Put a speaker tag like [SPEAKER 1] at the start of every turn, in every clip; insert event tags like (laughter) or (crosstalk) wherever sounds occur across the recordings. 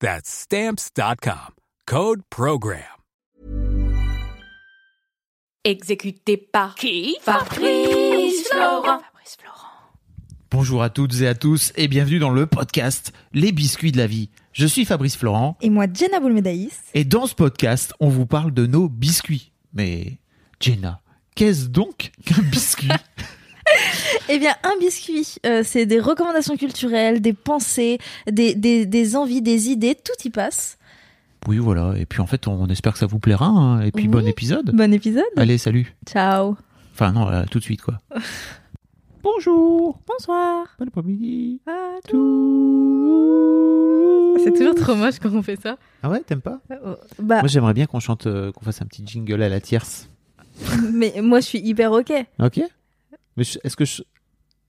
[SPEAKER 1] That's stamps.com. Code Program.
[SPEAKER 2] Exécuté par qui Fabrice Florent. Fabrice Florent.
[SPEAKER 3] Bonjour à toutes et à tous et bienvenue dans le podcast Les biscuits de la vie. Je suis Fabrice Florent
[SPEAKER 4] Et moi, Jenna Boulmedaïs.
[SPEAKER 3] et dans ce podcast, on vous parle de nos biscuits. Mais Jenna, qu'est-ce donc qu'un (laughs) biscuit
[SPEAKER 4] Eh bien, un biscuit, euh, c'est des recommandations culturelles, des pensées, des, des, des envies, des idées, tout y passe.
[SPEAKER 3] Oui, voilà. Et puis en fait, on espère que ça vous plaira. hein. Et puis
[SPEAKER 4] Oui.
[SPEAKER 3] bon épisode.
[SPEAKER 4] Bon épisode.
[SPEAKER 3] Allez, salut.
[SPEAKER 4] Ciao.
[SPEAKER 3] Enfin non, euh, tout de suite quoi. (laughs) Bonjour.
[SPEAKER 4] Bonsoir.
[SPEAKER 3] Bon après-midi.
[SPEAKER 4] Ah,
[SPEAKER 3] Tout.
[SPEAKER 5] Ah, C'est toujours trop moche quand on fait ça.
[SPEAKER 3] Ah ouais, t'aimes pas
[SPEAKER 5] Euh,
[SPEAKER 4] Bah,
[SPEAKER 3] Moi, j'aimerais bien qu'on chante, euh, qu'on fasse un petit jingle à la tierce.
[SPEAKER 4] mais moi, je suis hyper ok.
[SPEAKER 3] Ok. Mais je- est-ce que je...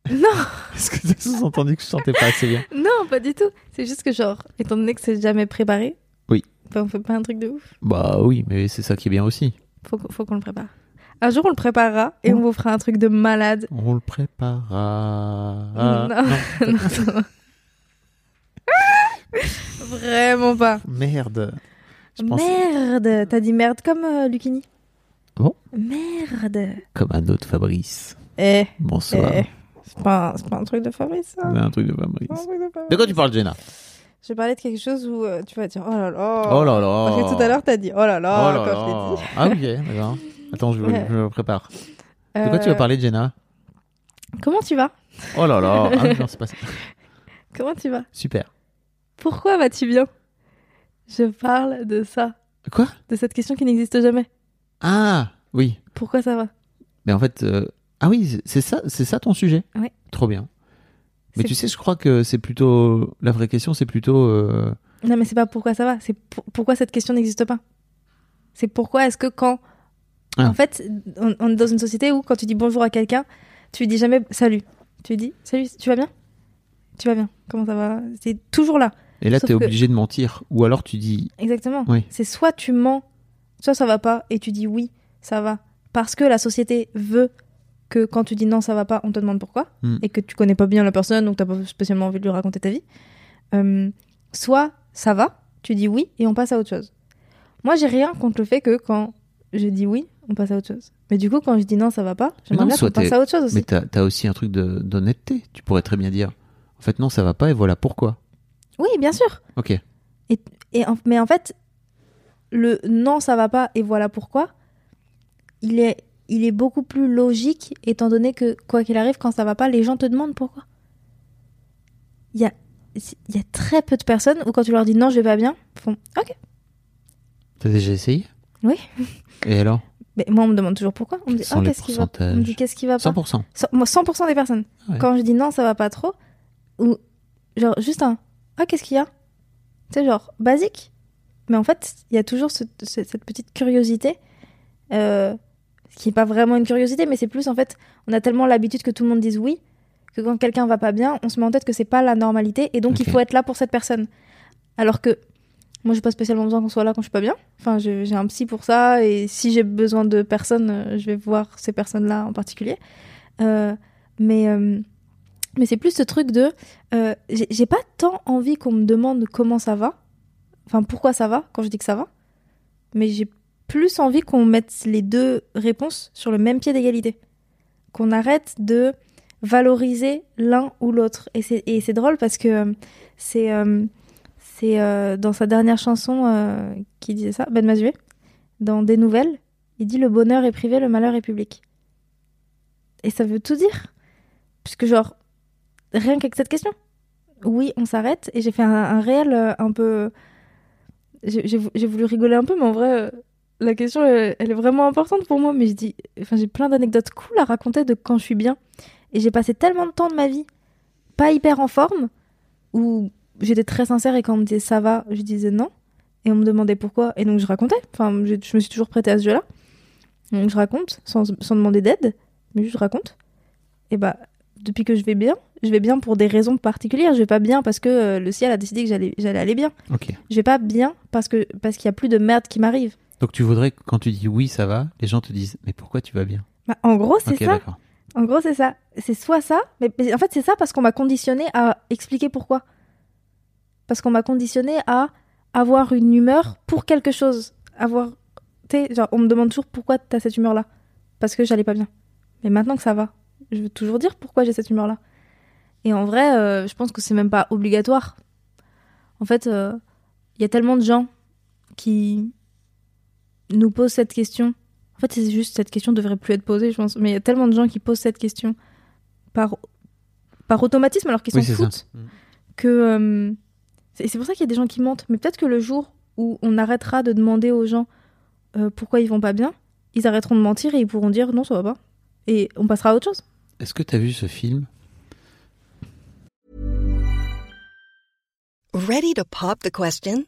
[SPEAKER 5] Non,
[SPEAKER 3] est-ce que t'as sous-entendu que je chantais pas assez bien
[SPEAKER 5] non, pas du tout. C'est juste que genre, étant donné que c'est jamais préparé.
[SPEAKER 3] Oui.
[SPEAKER 5] Bah, on fait pas un truc de ouf.
[SPEAKER 3] Bah oui, mais c'est ça qui est bien aussi.
[SPEAKER 5] Faut, qu'on- faut qu'on le prépare. Un jour on le préparera et on vous fera un truc de malade.
[SPEAKER 3] On le prépare à...
[SPEAKER 5] Non. (laughs) Non, non. Vraiment pas.
[SPEAKER 3] Merde. Je pensais
[SPEAKER 4] Merde. T'as dit merde comme euh, Lucini.
[SPEAKER 3] Bon.
[SPEAKER 4] Merde.
[SPEAKER 3] comme un autre Fabrice.
[SPEAKER 5] Eh,
[SPEAKER 3] Bonsoir.
[SPEAKER 5] eh, C'est pas, un- c'est pas un truc de Fabrice, ça.
[SPEAKER 3] Un truc de
[SPEAKER 5] C'est pas un
[SPEAKER 3] Fabrice.
[SPEAKER 5] truc de Fabrice.
[SPEAKER 3] De quoi tu parles, Jenna
[SPEAKER 5] Je parlais de quelque chose où euh, tu vas dire oh là là.
[SPEAKER 3] Oh là là.
[SPEAKER 5] Parce que tout à l'heure t'as dit oh là là
[SPEAKER 3] Oh là
[SPEAKER 5] quand je
[SPEAKER 3] là.
[SPEAKER 5] l'ai dit.
[SPEAKER 3] Ah ok, d'accord. Attends, je,
[SPEAKER 5] Ouais.
[SPEAKER 3] je me prépare. De quoi tu
[SPEAKER 5] Euh,
[SPEAKER 3] vas parler, Jenna
[SPEAKER 5] Comment tu vas
[SPEAKER 3] Oh là là. Ah, non, c'est pas ça.
[SPEAKER 5] Comment tu vas
[SPEAKER 3] Super.
[SPEAKER 5] Pourquoi vas-tu bien Je parle de ça,
[SPEAKER 3] Quoi
[SPEAKER 5] de cette question qui n'existe jamais.
[SPEAKER 3] Ah, oui.
[SPEAKER 5] Pourquoi ça va
[SPEAKER 3] Mais en fait, euh, ah oui, c'est- c'est ça, c'est ça ton sujet.
[SPEAKER 5] Ouais.
[SPEAKER 3] Trop bien. Mais
[SPEAKER 5] C'est-
[SPEAKER 3] tu sais, je crois que c'est plutôt la vraie question, c'est plutôt euh,
[SPEAKER 5] Non, mais c'est pas pourquoi ça va, c'est pour- pourquoi cette question n'existe pas. C'est pourquoi est-ce que quand.
[SPEAKER 3] Ah.
[SPEAKER 5] En fait, on, on est dans une société où quand tu dis bonjour à quelqu'un, tu lui dis jamais salut. Tu lui dis salut, tu vas bien Tu vas bien Comment ça va C'est toujours là.
[SPEAKER 3] et là
[SPEAKER 5] Sauf
[SPEAKER 3] t'es
[SPEAKER 5] que-
[SPEAKER 3] obligé de mentir ou alors tu dis
[SPEAKER 5] Exactement.
[SPEAKER 3] Oui.
[SPEAKER 5] C'est soit tu mens, soit ça va pas, et tu dis oui, ça va. Parce que la société veut que quand tu dis non, ça va pas, on te demande pourquoi,
[SPEAKER 3] Hmm.
[SPEAKER 5] et que tu connais pas bien la personne, donc t'as pas spécialement envie de lui raconter ta vie. Euh, soit ça va, tu dis oui, et on passe à autre chose. Moi, j'ai rien contre le fait que quand je dis oui, on passe à autre chose. Mais du coup, quand je dis non, ça va pas,
[SPEAKER 3] Mais non,
[SPEAKER 5] j'aimerais bien
[SPEAKER 3] soit
[SPEAKER 5] qu'on passe
[SPEAKER 3] t'es-
[SPEAKER 5] à autre chose aussi.
[SPEAKER 3] mais t'as as aussi un truc de- d'honnêteté. Tu pourrais très bien dire en fait non ça va pas et voilà pourquoi.
[SPEAKER 5] Oui, bien sûr.
[SPEAKER 3] Ok.
[SPEAKER 5] Et en- mais en fait, le non, ça va pas, et voilà pourquoi, il est, il est beaucoup plus logique, étant donné que, quoi qu'il arrive, quand ça va pas, les gens te demandent pourquoi. Il y a, il y a très peu de personnes où, quand tu leur dis non, je vais pas bien, ils font OK.
[SPEAKER 3] T'as déjà essayé
[SPEAKER 5] Oui.
[SPEAKER 3] (laughs) Et alors
[SPEAKER 5] Mais moi, on me demande toujours pourquoi. On me dit,
[SPEAKER 3] Quels
[SPEAKER 5] oh,
[SPEAKER 3] sont les
[SPEAKER 5] qu'est-ce qui va On me dit,
[SPEAKER 3] pourcentages
[SPEAKER 5] qu'est-ce qui va pas
[SPEAKER 3] 100%.
[SPEAKER 5] Cent- Moi, 100% des personnes.
[SPEAKER 3] Ah ouais.
[SPEAKER 5] Quand je dis non, ça va pas trop, ou genre juste un Ah, qu'est-ce qu'il y a Tu sais, genre basique. Mais en fait, il y a toujours ce- ce- cette petite curiosité, euh, qui est pas vraiment une curiosité, mais c'est plus en fait, on a tellement l'habitude que tout le monde dise oui, que quand quelqu'un va pas bien, on se met en tête que c'est pas la normalité, et donc
[SPEAKER 3] Ok.
[SPEAKER 5] il faut être là pour cette personne. Alors que moi, j'ai pas spécialement besoin qu'on soit là quand je suis pas bien. Enfin, je- j'ai un psy pour ça, et si j'ai besoin de personnes, euh, je vais voir ces personnes-là en particulier. Euh, mais euh, mais c'est plus ce truc de euh, j'ai j'ai pas tant envie qu'on me demande comment ça va, enfin pourquoi ça va quand je dis que ça va, mais j'ai plus envie qu'on mette les deux réponses sur le même pied d'égalité, qu'on arrête de valoriser l'un ou l'autre. Et c'est et c'est drôle parce que euh, c'est euh, c'est euh, dans sa dernière chanson euh, qui disait ça, Ben Mazué, dans Des Nouvelles, Il dit le bonheur est privé, le malheur est public. Et ça veut tout dire. Puisque genre, rien qu'avec cette question. Oui, on s'arrête. Et j'ai fait un, un réel euh, un peu... J'ai j'ai vou- j'ai voulu rigoler un peu, mais en vrai, euh, la question, elle, elle est vraiment importante pour moi. Mais je dis, enfin, j'ai plein d'anecdotes cool à raconter de quand je suis bien. Et j'ai passé tellement de temps de ma vie, pas hyper en forme, où j'étais très sincère et quand on me disait ça va, je disais non. Et on me demandait pourquoi. Et donc je racontais. Enfin, je, je me suis toujours prêtée à ce jeu-là. Donc je raconte, sans, sans demander d'aide, mais juste je raconte. Et bah, depuis que je vais bien, je vais bien pour des raisons particulières. Je vais pas bien parce que euh, le ciel a décidé que j'allais j'allais aller bien.
[SPEAKER 3] Ok.
[SPEAKER 5] Je vais pas bien parce que parce qu'il y a plus de merde qui m'arrive.
[SPEAKER 3] Donc tu voudrais que quand tu dis oui, ça va, les gens te disent mais pourquoi tu vas bien
[SPEAKER 5] Bah, en gros, c'est
[SPEAKER 3] Ok,
[SPEAKER 5] ça.
[SPEAKER 3] d'accord.
[SPEAKER 5] En gros, c'est ça. C'est soit ça, mais mais en fait, c'est ça parce qu'on m'a conditionné à expliquer pourquoi. Parce qu'on m'a conditionné à avoir une humeur pour quelque chose. Avoir. Tu sais, genre, on me demande toujours pourquoi t'as cette humeur-là. Parce que j'allais pas bien. Mais maintenant que ça va, je veux toujours dire pourquoi j'ai cette humeur-là. Et en vrai, euh, je pense que c'est même pas obligatoire. En fait, euh, il y a tellement de gens qui nous posent cette question en fait, c'est juste cette question devrait plus être posée, je pense. Mais il y a tellement de gens qui posent cette question par, par automatisme alors qu'ils s'en
[SPEAKER 3] Oui, c'est ça.
[SPEAKER 5] foutent que euh, c'est c'est pour ça qu'il y a des gens qui mentent. Mais peut-être que le jour où on arrêtera de demander aux gens euh, pourquoi ils vont pas bien, ils arrêteront de mentir et ils pourront dire non, ça va pas. Et on passera à autre chose.
[SPEAKER 3] Est-ce que tu as vu ce film
[SPEAKER 6] Ready to pop the question?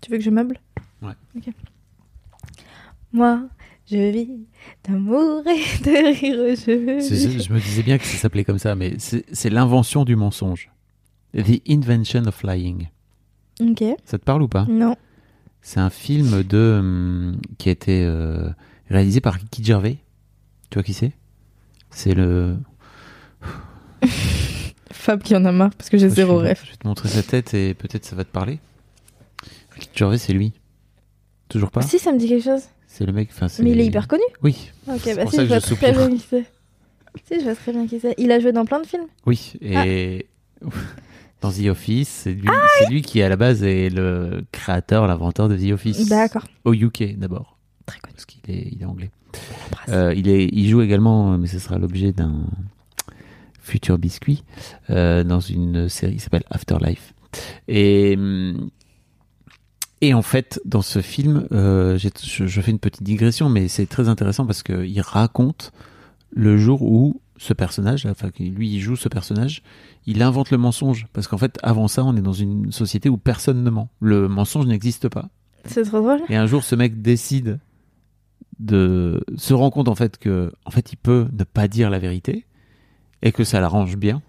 [SPEAKER 5] Tu veux que je meuble
[SPEAKER 3] Ouais.
[SPEAKER 5] Ok. Moi, je vis d'amour et de rire. Je
[SPEAKER 3] C'est- c'est-
[SPEAKER 5] vis.
[SPEAKER 3] Je me disais bien que ça s'appelait comme ça, mais c'est c'est l'invention du mensonge. The Invention of Lying.
[SPEAKER 5] Ok.
[SPEAKER 3] Ça te parle ou pas
[SPEAKER 5] Non.
[SPEAKER 3] C'est un film de hum, qui a été euh, réalisé par Ricky Gervais. Tu vois qui c'est C'est le.
[SPEAKER 5] Fab qui en a marre parce que j'ai
[SPEAKER 3] Je
[SPEAKER 5] zéro
[SPEAKER 3] vais-
[SPEAKER 5] rêve.
[SPEAKER 3] Je vais te montrer sa tête et peut-être ça va te parler. Ricky Gervais, c'est lui. Toujours pas
[SPEAKER 5] Si, ça me dit quelque chose.
[SPEAKER 3] C'est le mec. enfin, c'est-
[SPEAKER 5] Mais il est hyper connu.
[SPEAKER 3] Oui,
[SPEAKER 5] Ok,
[SPEAKER 3] C'est
[SPEAKER 5] bah
[SPEAKER 3] pour
[SPEAKER 5] si,
[SPEAKER 3] ça que
[SPEAKER 5] je vois
[SPEAKER 3] je
[SPEAKER 5] très
[SPEAKER 3] soupire.
[SPEAKER 5] bien qui c'est. Si, je vois très bien qui c'est. Il a joué dans plein de films.
[SPEAKER 3] Oui, et
[SPEAKER 5] Ah.
[SPEAKER 3] (laughs) dans The Office, c'est lui, c'est lui qui à la base est le créateur, l'inventeur de The Office.
[SPEAKER 5] D'accord.
[SPEAKER 3] Au UK d'abord,
[SPEAKER 5] Très connu.
[SPEAKER 3] parce qu'il est, il est anglais.
[SPEAKER 5] l'embrasse.
[SPEAKER 3] Euh, il, est, il joue également, mais ce sera l'objet d'un futur biscuit, euh, dans une série qui s'appelle Afterlife. Et, hum, et en fait, dans ce film, euh, j'ai- je, je fais une petite digression, mais c'est très intéressant parce qu'il raconte le jour où ce personnage, enfin qui- lui il joue ce personnage, il invente le mensonge. Parce qu'en fait, avant ça, on est dans une société où personne ne ment. Le mensonge n'existe pas.
[SPEAKER 5] C'est trop drôle.
[SPEAKER 3] Et un jour, ce mec décide de se rend compte en fait que en fait il peut ne pas dire la vérité et que ça l'arrange bien.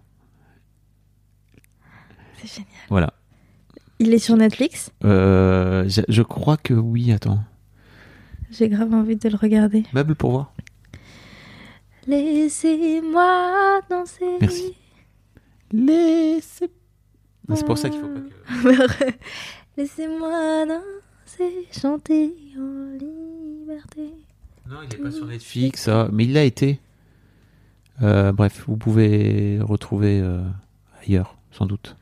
[SPEAKER 5] C'est génial.
[SPEAKER 3] Voilà.
[SPEAKER 5] Il est sur Netflix.
[SPEAKER 3] Euh, je, je crois que oui. Attends.
[SPEAKER 5] J'ai grave envie de le regarder.
[SPEAKER 3] Meuble pour voir.
[SPEAKER 5] Laissez-moi danser.
[SPEAKER 3] Merci. Laissez. Non, C'est pour ça qu'il faut pas que.
[SPEAKER 5] (laughs) Laissez-moi danser, chanter en liberté.
[SPEAKER 3] Non, il n'est pas sur Netflix, ça. Mais il l'a été. Euh, bref, vous pouvez retrouver euh, ailleurs, sans doute.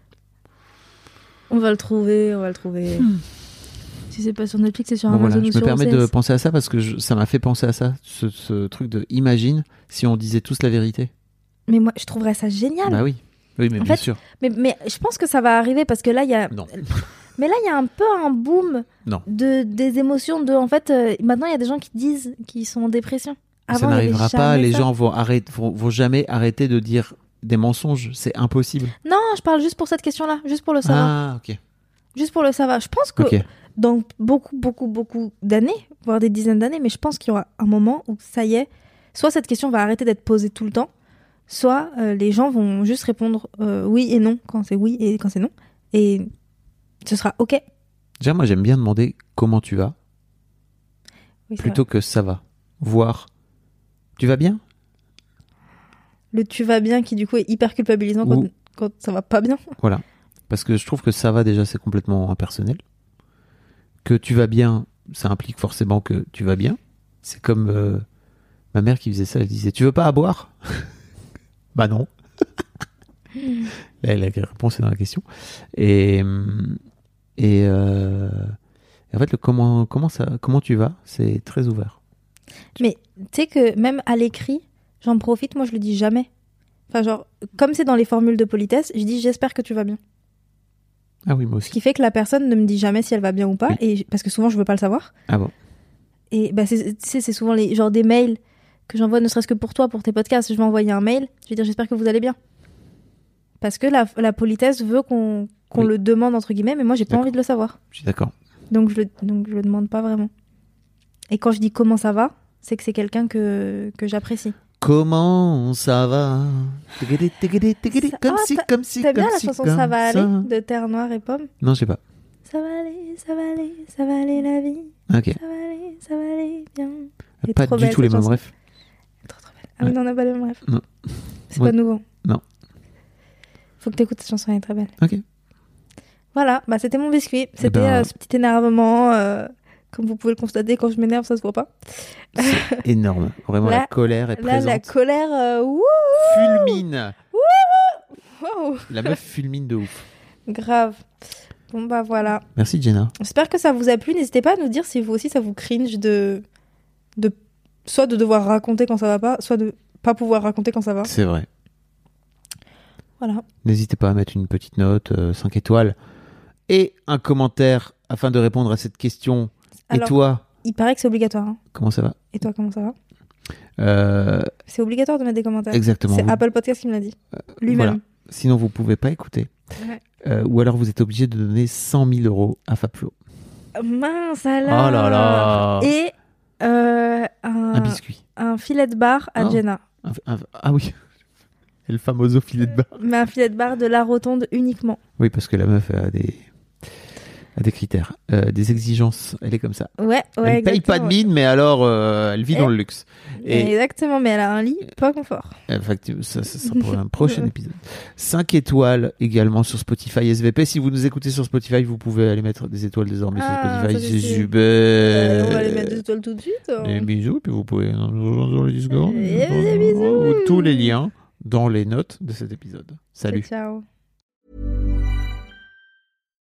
[SPEAKER 5] On va le trouver, on va le trouver. Hmm. Si c'est pas sur Netflix, c'est sur
[SPEAKER 3] Bon, voilà,
[SPEAKER 5] Amazon
[SPEAKER 3] je
[SPEAKER 5] ou
[SPEAKER 3] me
[SPEAKER 5] sur
[SPEAKER 3] permets de
[SPEAKER 5] OCS.
[SPEAKER 3] penser à ça parce que je- ça m'a fait penser à ça, ce, ce truc de imagine si on disait tous la vérité.
[SPEAKER 5] Mais moi, je trouverais ça génial.
[SPEAKER 3] Bah oui, oui, mais
[SPEAKER 5] En
[SPEAKER 3] bien
[SPEAKER 5] fait,
[SPEAKER 3] sûr.
[SPEAKER 5] Mais, mais je pense que ça va arriver parce que là, il y a.
[SPEAKER 3] Non.
[SPEAKER 5] Mais là, il y a un peu un boom
[SPEAKER 3] Non.
[SPEAKER 5] de, des émotions. De, en fait, euh, maintenant, il y a des gens qui disent qu'ils sont en dépression.
[SPEAKER 3] ça
[SPEAKER 5] Avant, il y avait
[SPEAKER 3] n'arrivera pas.
[SPEAKER 5] jamais
[SPEAKER 3] Les
[SPEAKER 5] ça.
[SPEAKER 3] gens vont, arrêter, vont, vont jamais arrêter de dire des mensonges. C'est impossible.
[SPEAKER 5] Non, je parle juste pour cette question-là, juste pour le savoir.
[SPEAKER 3] ah, ok.
[SPEAKER 5] Juste pour le savoir. Je pense que
[SPEAKER 3] Ok.
[SPEAKER 5] dans beaucoup, beaucoup, beaucoup d'années, voire des dizaines d'années, mais je pense qu'il y aura un moment où ça y est, soit cette question va arrêter d'être posée tout le temps, soit euh, les gens vont juste répondre euh, oui et non quand c'est oui et quand c'est non, et ce sera ok.
[SPEAKER 3] Déjà, moi, j'aime bien demander comment tu vas
[SPEAKER 5] Oui, c'est
[SPEAKER 3] plutôt que ça va. Voir. Tu vas bien
[SPEAKER 5] vrai. Le tu vas bien qui du coup est hyper culpabilisant quand,
[SPEAKER 3] Ou-
[SPEAKER 5] quand ça
[SPEAKER 3] (laughs)
[SPEAKER 5] va pas bien.
[SPEAKER 3] Voilà. Parce que je trouve que ça va déjà, c'est complètement impersonnel. Que tu vas bien, ça implique forcément que tu vas bien. C'est comme euh, ma mère qui faisait ça, elle disait Tu veux pas à boire (laughs) Bah
[SPEAKER 5] (laughs)
[SPEAKER 3] non. Là, la réponse est dans la question. Et, hum, et, euh, et en fait, le comment, comment, ça, comment tu vas, c'est très ouvert.
[SPEAKER 5] Mais tu sais que même à l'écrit, j'en profite, moi je le dis jamais. Enfin genre, comme c'est dans les formules de politesse, je dis j'espère que tu vas bien.
[SPEAKER 3] Ah oui, moi
[SPEAKER 5] Ce
[SPEAKER 3] aussi.
[SPEAKER 5] qui fait que la personne ne me dit jamais si elle va bien ou pas,
[SPEAKER 3] Oui.
[SPEAKER 5] et parce que souvent je veux pas le savoir.
[SPEAKER 3] Ah bon
[SPEAKER 5] Et bah c'est tu sais, c'est souvent les genre des mails que j'envoie ne serait-ce que pour toi, pour tes podcasts. Je vais envoyer un mail, je vais dire j'espère que vous allez bien. Parce que la, la politesse veut qu'on qu'on
[SPEAKER 3] Oui.
[SPEAKER 5] le demande entre guillemets, mais moi j'ai pas
[SPEAKER 3] D'accord.
[SPEAKER 5] envie de le savoir.
[SPEAKER 3] Je suis d'accord.
[SPEAKER 5] Donc je le, donc je le demande pas vraiment. Et quand je dis comment ça va, c'est que c'est quelqu'un que, que j'apprécie.
[SPEAKER 3] Comment ça va Tigidi, tigidi, tigidi,
[SPEAKER 5] Ça-
[SPEAKER 3] Comme
[SPEAKER 5] Ah,
[SPEAKER 3] si, comme si,
[SPEAKER 5] T'aimes bien
[SPEAKER 3] comme
[SPEAKER 5] la
[SPEAKER 3] si,
[SPEAKER 5] chanson
[SPEAKER 3] comme
[SPEAKER 5] Ça va aller
[SPEAKER 3] ça.
[SPEAKER 5] de Terre Noire et Pomme
[SPEAKER 3] Non, je sais pas.
[SPEAKER 5] Ça va aller, ça va aller, ça va aller la vie.
[SPEAKER 3] Ok.
[SPEAKER 5] Ça va aller, ça va aller bien. Elle est
[SPEAKER 3] Pas
[SPEAKER 5] trop
[SPEAKER 3] du
[SPEAKER 5] belle,
[SPEAKER 3] tout les
[SPEAKER 5] cette
[SPEAKER 3] mêmes
[SPEAKER 5] chanson.
[SPEAKER 3] refs.
[SPEAKER 5] Trop, trop belle. Ah oui,
[SPEAKER 3] Ouais.
[SPEAKER 5] non, on n'a pas le même rêve.
[SPEAKER 3] Non.
[SPEAKER 5] C'est
[SPEAKER 3] Ouais.
[SPEAKER 5] pas nouveau.
[SPEAKER 3] Non.
[SPEAKER 5] Faut que t'écoutes cette chanson, elle est très belle.
[SPEAKER 3] Ok.
[SPEAKER 5] (laughs) Voilà, bah c'était mon biscuit. C'était
[SPEAKER 3] ben-
[SPEAKER 5] euh, ce petit énervement. euh, comme vous pouvez le constater, quand je m'énerve, ça se voit pas.
[SPEAKER 3] Énorme. Vraiment, la,
[SPEAKER 5] Là-
[SPEAKER 3] colère est
[SPEAKER 5] Là, la
[SPEAKER 3] présente.
[SPEAKER 5] colère. euh, wouh,
[SPEAKER 3] Fulmine.
[SPEAKER 5] wow,
[SPEAKER 3] La meuf fulmine de ouf.
[SPEAKER 5] grave. Bon, bah voilà.
[SPEAKER 3] Merci Jenna.
[SPEAKER 5] J'espère que ça vous a plu. N'hésitez pas à nous dire si vous aussi ça vous cringe de. de... soit de devoir raconter quand ça va pas, soit de pas pouvoir raconter quand ça va.
[SPEAKER 3] C'est vrai.
[SPEAKER 5] Voilà.
[SPEAKER 3] N'hésitez pas à mettre une petite note, 5 étoiles, et un commentaire afin de répondre à cette question.
[SPEAKER 5] Alors,
[SPEAKER 3] et toi,
[SPEAKER 5] il paraît que c'est obligatoire. hein.
[SPEAKER 3] comment ça va
[SPEAKER 5] Et toi, comment ça va
[SPEAKER 3] Euh,
[SPEAKER 5] C'est obligatoire de mettre des commentaires.
[SPEAKER 3] Exactement. Euh,
[SPEAKER 5] C'est
[SPEAKER 3] Vous-
[SPEAKER 5] Apple Podcast qui me l'a dit. Lui-même.
[SPEAKER 3] Sinon, vous pouvez pas écouter.
[SPEAKER 5] Ouais.
[SPEAKER 3] Euh, ou alors, vous êtes obligé de donner 100 000 euros à Fablo.
[SPEAKER 5] Mince alors.
[SPEAKER 3] Oh là là
[SPEAKER 5] Et euh, un,
[SPEAKER 3] Un biscuit.
[SPEAKER 5] un filet de bar à
[SPEAKER 3] Oh.
[SPEAKER 5] Jenna.
[SPEAKER 3] Un- un- ah oui. (laughs) Et le famoso filet de bar.
[SPEAKER 5] Mais un filet de bar de la rotonde uniquement.
[SPEAKER 3] Oui, parce que la meuf a des, a des critères, euh, des exigences. Elle est comme ça.
[SPEAKER 5] Ouais, ouais.
[SPEAKER 3] elle paye pas de
[SPEAKER 5] exactement.
[SPEAKER 3] mine, mais alors euh, elle vit
[SPEAKER 5] Eh.
[SPEAKER 3] dans le luxe. Et-
[SPEAKER 5] Exactement, mais elle a un lit pas confort.
[SPEAKER 3] Effectivement, ça, ça sera
[SPEAKER 5] (laughs)
[SPEAKER 3] pour un prochain épisode. 5 étoiles également sur Spotify SVP. Si vous nous écoutez sur Spotify, vous pouvez aller mettre des étoiles désormais
[SPEAKER 5] Ah,
[SPEAKER 3] sur
[SPEAKER 5] ça,
[SPEAKER 3] Spotify.
[SPEAKER 5] c'est
[SPEAKER 3] C'est
[SPEAKER 5] sûr.
[SPEAKER 3] super.
[SPEAKER 5] Euh, on va les mettre deux étoiles tout de suite. hein.
[SPEAKER 3] Des bisous, puis vous pouvez nous rejoindre sur le Discord.
[SPEAKER 5] Et des bisous.
[SPEAKER 3] Ou tous les liens dans les notes de cet épisode. Salut.
[SPEAKER 5] Ciao.